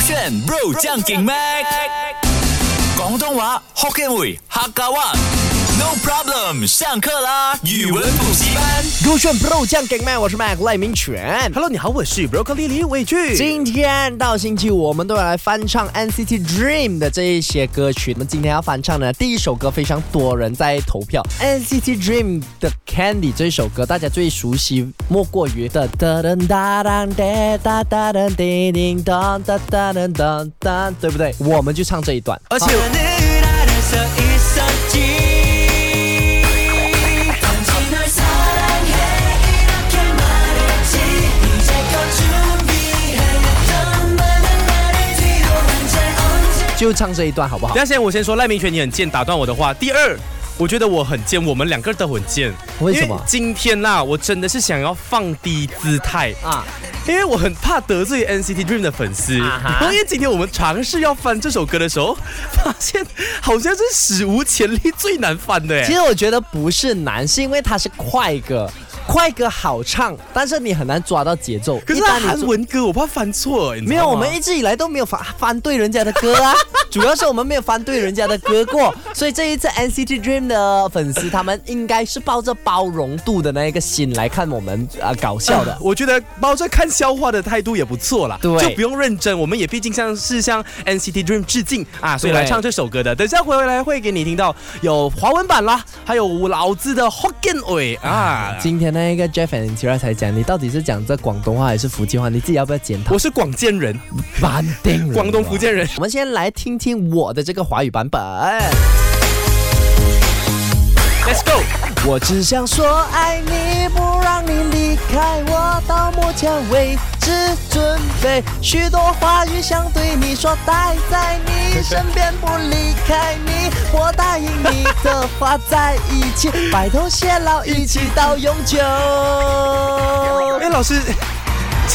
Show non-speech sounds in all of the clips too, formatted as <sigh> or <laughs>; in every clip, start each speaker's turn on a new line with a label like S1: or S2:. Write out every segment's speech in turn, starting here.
S1: 选 bro 将劲 mac，广东话 Hokkien 语客家话。No problem，上课啦！语文补习班。
S2: 酷炫 Pro 酱给麦，我是 Mac 赖明全。
S3: Hello，你好，我是 Broccoli 李伟俊。
S2: 今天到星期五，我们都要来翻唱 NCT Dream 的这一些歌曲。我们今天要翻唱的第一首歌，非常多人在投票。NCT Dream 的 Candy 这首歌，大家最熟悉莫过于哒哒噔哒当哒哒哒噔叮叮当哒哒噔当当，对不对？我们就唱这一段，而且
S4: 하늘아래서 있었지 당신을 사랑해 이렇게 말했지 이제껏 준비해왔던 많은 나를 뒤로 한채 언제
S2: 就唱这一段好不好
S3: 等？下先我先说赖明权，你很贱，打断我的话。第二，我觉得我很贱，我们两个都很贱。
S2: 为什么
S3: 因今天啦，我真的是想要放低姿态啊，
S2: 啊，
S3: 因为我很怕得罪 NCT Dream 的粉丝。
S2: 啊哈
S3: 然后因为今天我们尝试要翻这首歌的时候，发现好像是史无前例最难翻的。
S2: <laughs> 其
S3: 哎
S2: 实我觉得不是难，是因为它是快歌，快歌好唱，但是你很难抓到节奏。
S3: 可
S2: 一
S3: 是它
S2: 旦你
S3: 韩
S2: 做
S3: 文歌，我怕翻错。你知
S2: 没
S3: 道
S2: 有，
S3: 吗
S2: 我们一直以来都没有翻翻对人家的歌
S3: <laughs>
S2: 啊，主要是我们没有翻对人家的歌过，所以这一次 NCT Dream 的粉丝他们应该是抱着包容度的那一个心来看我们啊、搞笑的
S3: <laughs> 啊。 <coughs> 我觉得抱着看笑话的态度也不错啦，
S2: 对
S3: 就不用认真。我们也毕竟像是向 NCT Dream 致敬啊，所以
S2: 对
S3: 来唱这首歌的。等一下回来会给你听到有华文版啦，还有老子的 Hokkien 尾啊。
S2: 今天那个 Jeff and Tira 才讲，你到底是讲这广东话还是福建话？你自己要不要检讨 <laughs>
S3: 我？是广建人，
S2: 蛮定人的啊
S3: 广东福
S2: <laughs>
S3: 建人。
S2: 我们先来听听我的这个华语版本。
S3: Let's go。
S2: 我只想说爱你，不让你离开我，到目前为止准备许多话语想对你说，待在你身边不离开你，我答应你的话在一起，白头偕老，一起到永久。
S3: 哎，老师，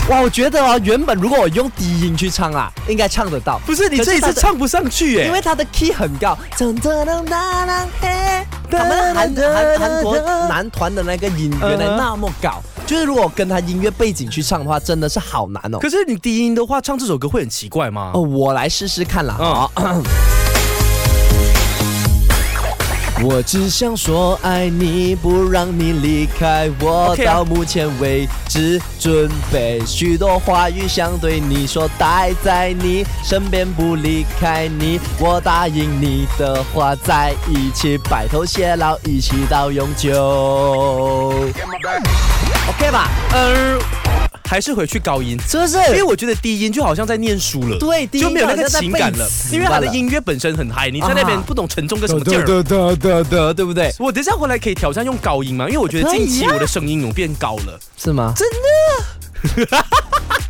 S2: 哇，我觉得啊，原本如果我用低音去唱啊，应该唱得到，
S3: 不是你
S2: 可
S3: 这一
S2: 他
S3: 次
S2: 的
S3: 唱不上去
S2: 因
S3: 哎
S2: 为。他的 key 很高。他们韩韩韩国男团的那个音原来那么高，就是如果跟他音乐背景去唱的话，真的是好难哦。
S3: 可是你低音的话，唱这首歌会很奇怪吗
S2: 哦，？
S3: 嗯
S2: 我来试试看啦。好、我只想说爱你，不让你离开我。
S3: OK 啊
S2: 到目前为止，准备许多话语想对你说，待在你身边不离开你。我答应你的话，在一起白头偕老，一起到永久。OK 吧？
S3: 呃，还是回去高音。
S2: 是不是？
S3: 因为我觉得低音就好像在念书了，
S2: 对低音
S3: 就没有那个情
S2: 好
S3: 感
S2: 像在背
S3: 了，
S2: 词
S3: 因为他的
S2: 罢了
S3: 音乐本身很嗨，你在那边
S2: 啊
S3: 不懂沉重个什么劲儿。
S2: 得得得，对不对？
S3: 我等一下回来可以挑战用高音吗？因为我觉得
S2: 可以啊
S3: 近期我的声音有变高了，
S2: 是吗？
S3: 真的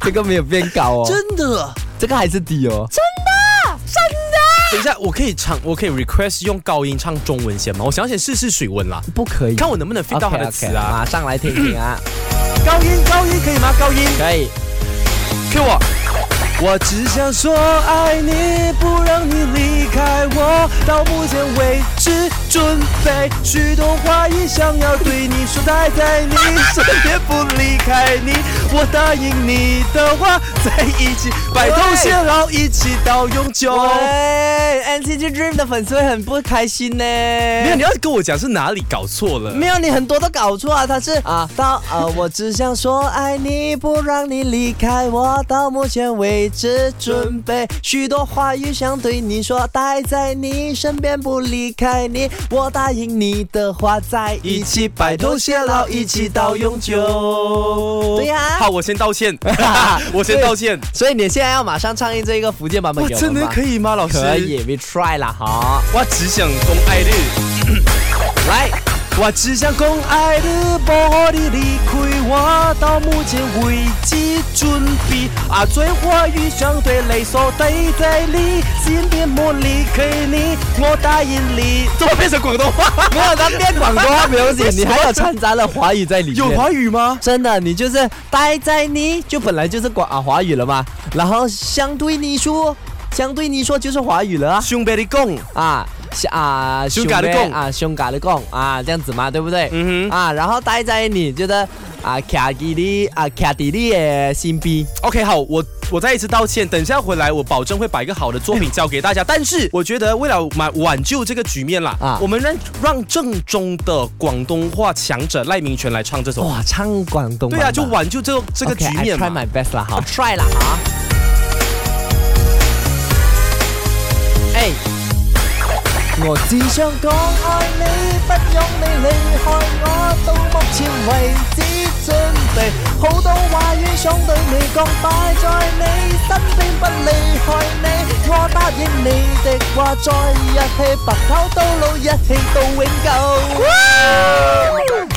S2: 这个没有变高哦。
S3: 真的。
S2: 这个还是低哦。
S3: 等一下，我可以唱，我可以 request 用高音唱中文先吗？我想先试试水温啦，
S2: 不可以。
S3: 看我能不能 fit 到他的
S2: OK，OK，
S3: 词啊。嗯
S2: 马上来听听啊，
S3: 高音高音可以吗？高音
S2: 可以。
S3: ，Q 我。我只想说爱你，不让你离开我。到目前为止，准备许多话语想要对你说，待在你身边不离开你。我答应你的话，在一起白头偕老，一起到永久。
S2: 喂，NCT Dream 的粉丝会很不开心呢。
S3: 没
S2: 没
S3: 有，你要跟我讲是哪里搞错了？
S2: 没有，你很多都搞错啊！他是啊，到呃，我只想说爱你，不让你离开我。到目前为止，准备许多话语想对你说，待在你身边不离开你。我答应你的话，在一起白头偕老，一起到永久。对呀、
S3: 好，我先道 <laughs> 歉，我先道歉。
S2: 所以你现在要马上唱一这个福建版本
S3: 哇，
S2: 给我
S3: 真的可
S2: 以？
S3: 以吗，老师？
S2: 可。以，we try 啦，好，
S3: 我只想公爱你，
S2: 来，
S3: 我只想公爱你，不可你离开我。到目前为止，准备啊，最话语相对来说待在你身边，莫离开你。我答应你。怎么变成广东话？
S2: 没有他变广东话没有写，你还有掺杂了华语在里面。
S3: 有华语吗？
S2: 真的，你就是待在你就本来就是广啊华语了嘛，然后相对你说，相对你说就是华语了啊
S3: 兄弟你讲，
S2: 啊，啊，
S3: 胸嘎的
S2: 妹
S3: 共
S2: 啊，胸嘎的共啊，这样子嘛，对不对？
S3: 嗯哼
S2: 啊，然后待在你觉得啊，卡吉利啊，卡迪利的心逼，
S3: OK，好，我我再一次道歉，等一下回来我保证会把一个好的作品交给大家。但
S2: <laughs>
S3: 是我觉得为了挽挽救这个局面啦，
S2: 啊
S3: 我们让让正宗的广东话强者赖明权来唱这首。
S2: 哇，唱广东
S3: 对啊，就挽救这个这
S2: 这
S3: 个局面嘛。
S2: ，try my best 啦，好，try 啦啊。哎，
S5: 我只想講愛你，不用你離開我。到目前為止，準備好多話語想對你講，擺在你身邊不離開你。我答應你的話，在一起白頭到老，一起到永久。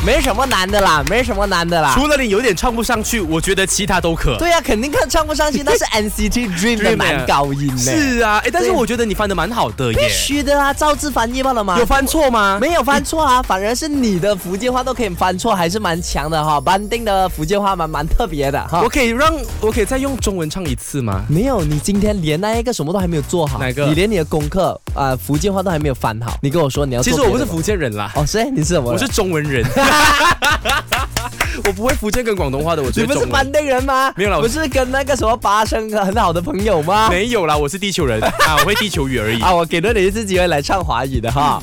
S2: 没什么难的啦，没什么难的啦。
S3: 除了你有点唱不上去，我觉得其他都可。
S2: 对呀、啊，肯定看唱不上去，
S3: <laughs>
S2: 但是 NCT Dream 的
S3: Dream
S2: 男
S3: 啊
S2: 高音呢，
S3: 是啊，哎，但是
S2: 对
S3: 我觉得你翻的蛮好的
S2: 必
S3: 耶。
S2: 须的啊，照字翻译罢了嘛。
S3: 有翻错吗？
S2: 没有翻错啊，反而是你的福建话都可以翻错，还是蛮强的哈。班定的福建话蛮蛮特别的哈
S3: 我。可以让我可以再用中文唱一次吗？
S2: 没有，你今天连那一个什么都还没有做好，
S3: 哪个
S2: 你连你的功课啊、呃福建话都还没有翻好。你跟我说你要
S3: 其
S2: 做
S3: 实
S2: 别的
S3: 我
S2: 吗，
S3: 不是福建人啦，
S2: 哦，是你是什么人？
S3: 我是中文
S2: <laughs>
S3: 人。我不会福建跟广东话的，我只
S2: 你
S3: 会
S2: 不
S3: 中
S2: 是
S3: 文。
S2: 班定人吗？
S3: 没有啦我
S2: 不是跟那个什么八生很好的朋友吗？
S3: 没有啦，我是地球人啊，我会地球语而已。
S2: 啊，我给了你一次机会来唱华语的哈。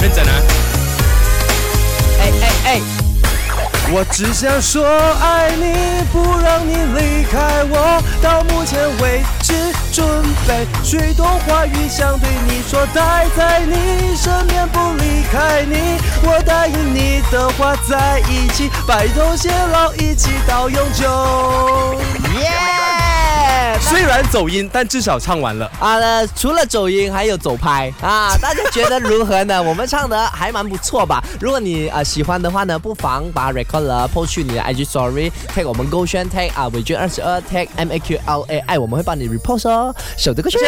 S3: 认真啊！嗯
S2: 哎哎哎，
S3: 我只想说爱你，不让你离开我。到目前为止，准备许多话语想对你说，待在你身边不离开你。我答应你的话，在一起，白头偕老，一起到永久。
S2: 耶！ <laughs>
S3: 虽然走音，但至少唱完了。
S2: 啊、呃，除了走音，还有走拍啊！大家觉得如何呢？我们唱的还蛮不错吧？如果你啊、呃喜欢的话呢，不妨把 record 了 po 去你的 IG Story tag 我们勾选 tag 啊，伟俊二十二 tag M A Q L A I，我们会帮你 repost 哦，守着勾选。